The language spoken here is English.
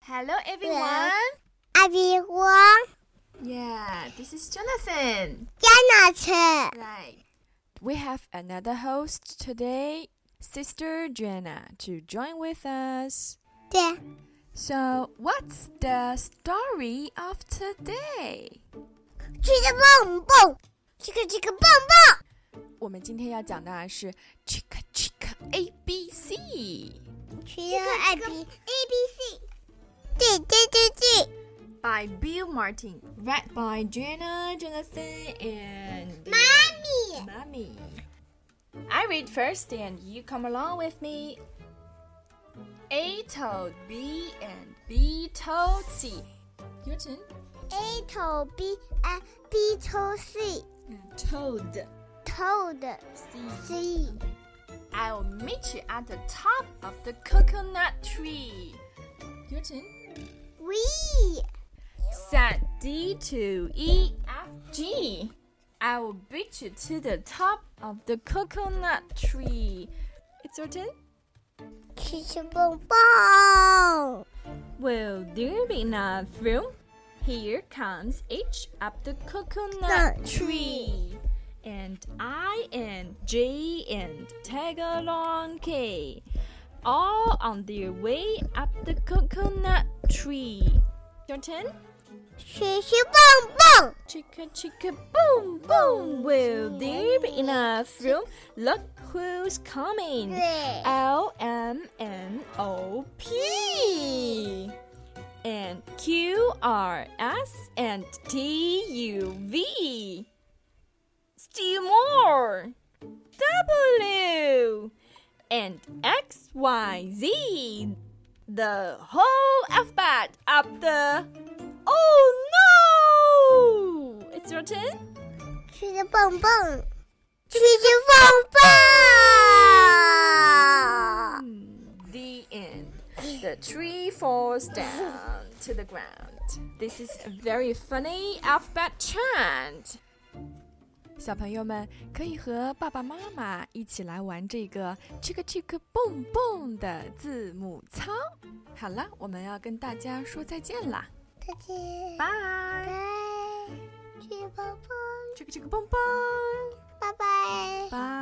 Hello everyone. everyone. Yeah, this is Jonathan. Jonathan. Right. We have another host today, Sister Joanna, to join with us. Yeah. So, what's the story of today? 这个蹦蹦，这个这个蹦蹦，我们今天要讲的是 Chick Chick A B C 这个 A B A B C。对对对对， by Bill Martin, read by Joanna, Jonathan, and 妈咪， Mommy. I read first and you come along with me. A told B and B told C. Your turn. A 头 B A B 头 C Told 头的 C. C。 I'll meet you at the top of the coconut tree. Your turn. We Set D to E F G. I will beat you to the top of the coconut tree. It's your turn. 吃吃蹦蹦， Will there be enough room? Here comes each up the coconut Nut tree. And I and J and tag along K. All on their way up the coconut tree. Your turn? 吃吃蹦蹦， Chicka chicka boom boom. Will there be enough room? Look who's coming. 对 L M N O P and Q R S and T U V. Still more. W and X Y Z. The whole alphabet up the. Oh no! It's your turn. 吃吃蹦蹦，吃吃蹦蹦。 The end. The tree falls down to the ground. This is a very funny alphabet chant. 小朋友们可以和爸爸妈妈一起来玩这个 “chick chick 蹦蹦”的字母操。好了，我们要跟大家说再见啦，再见，拜拜，去宝宝， ！chick chick 蹦蹦，拜拜。拜。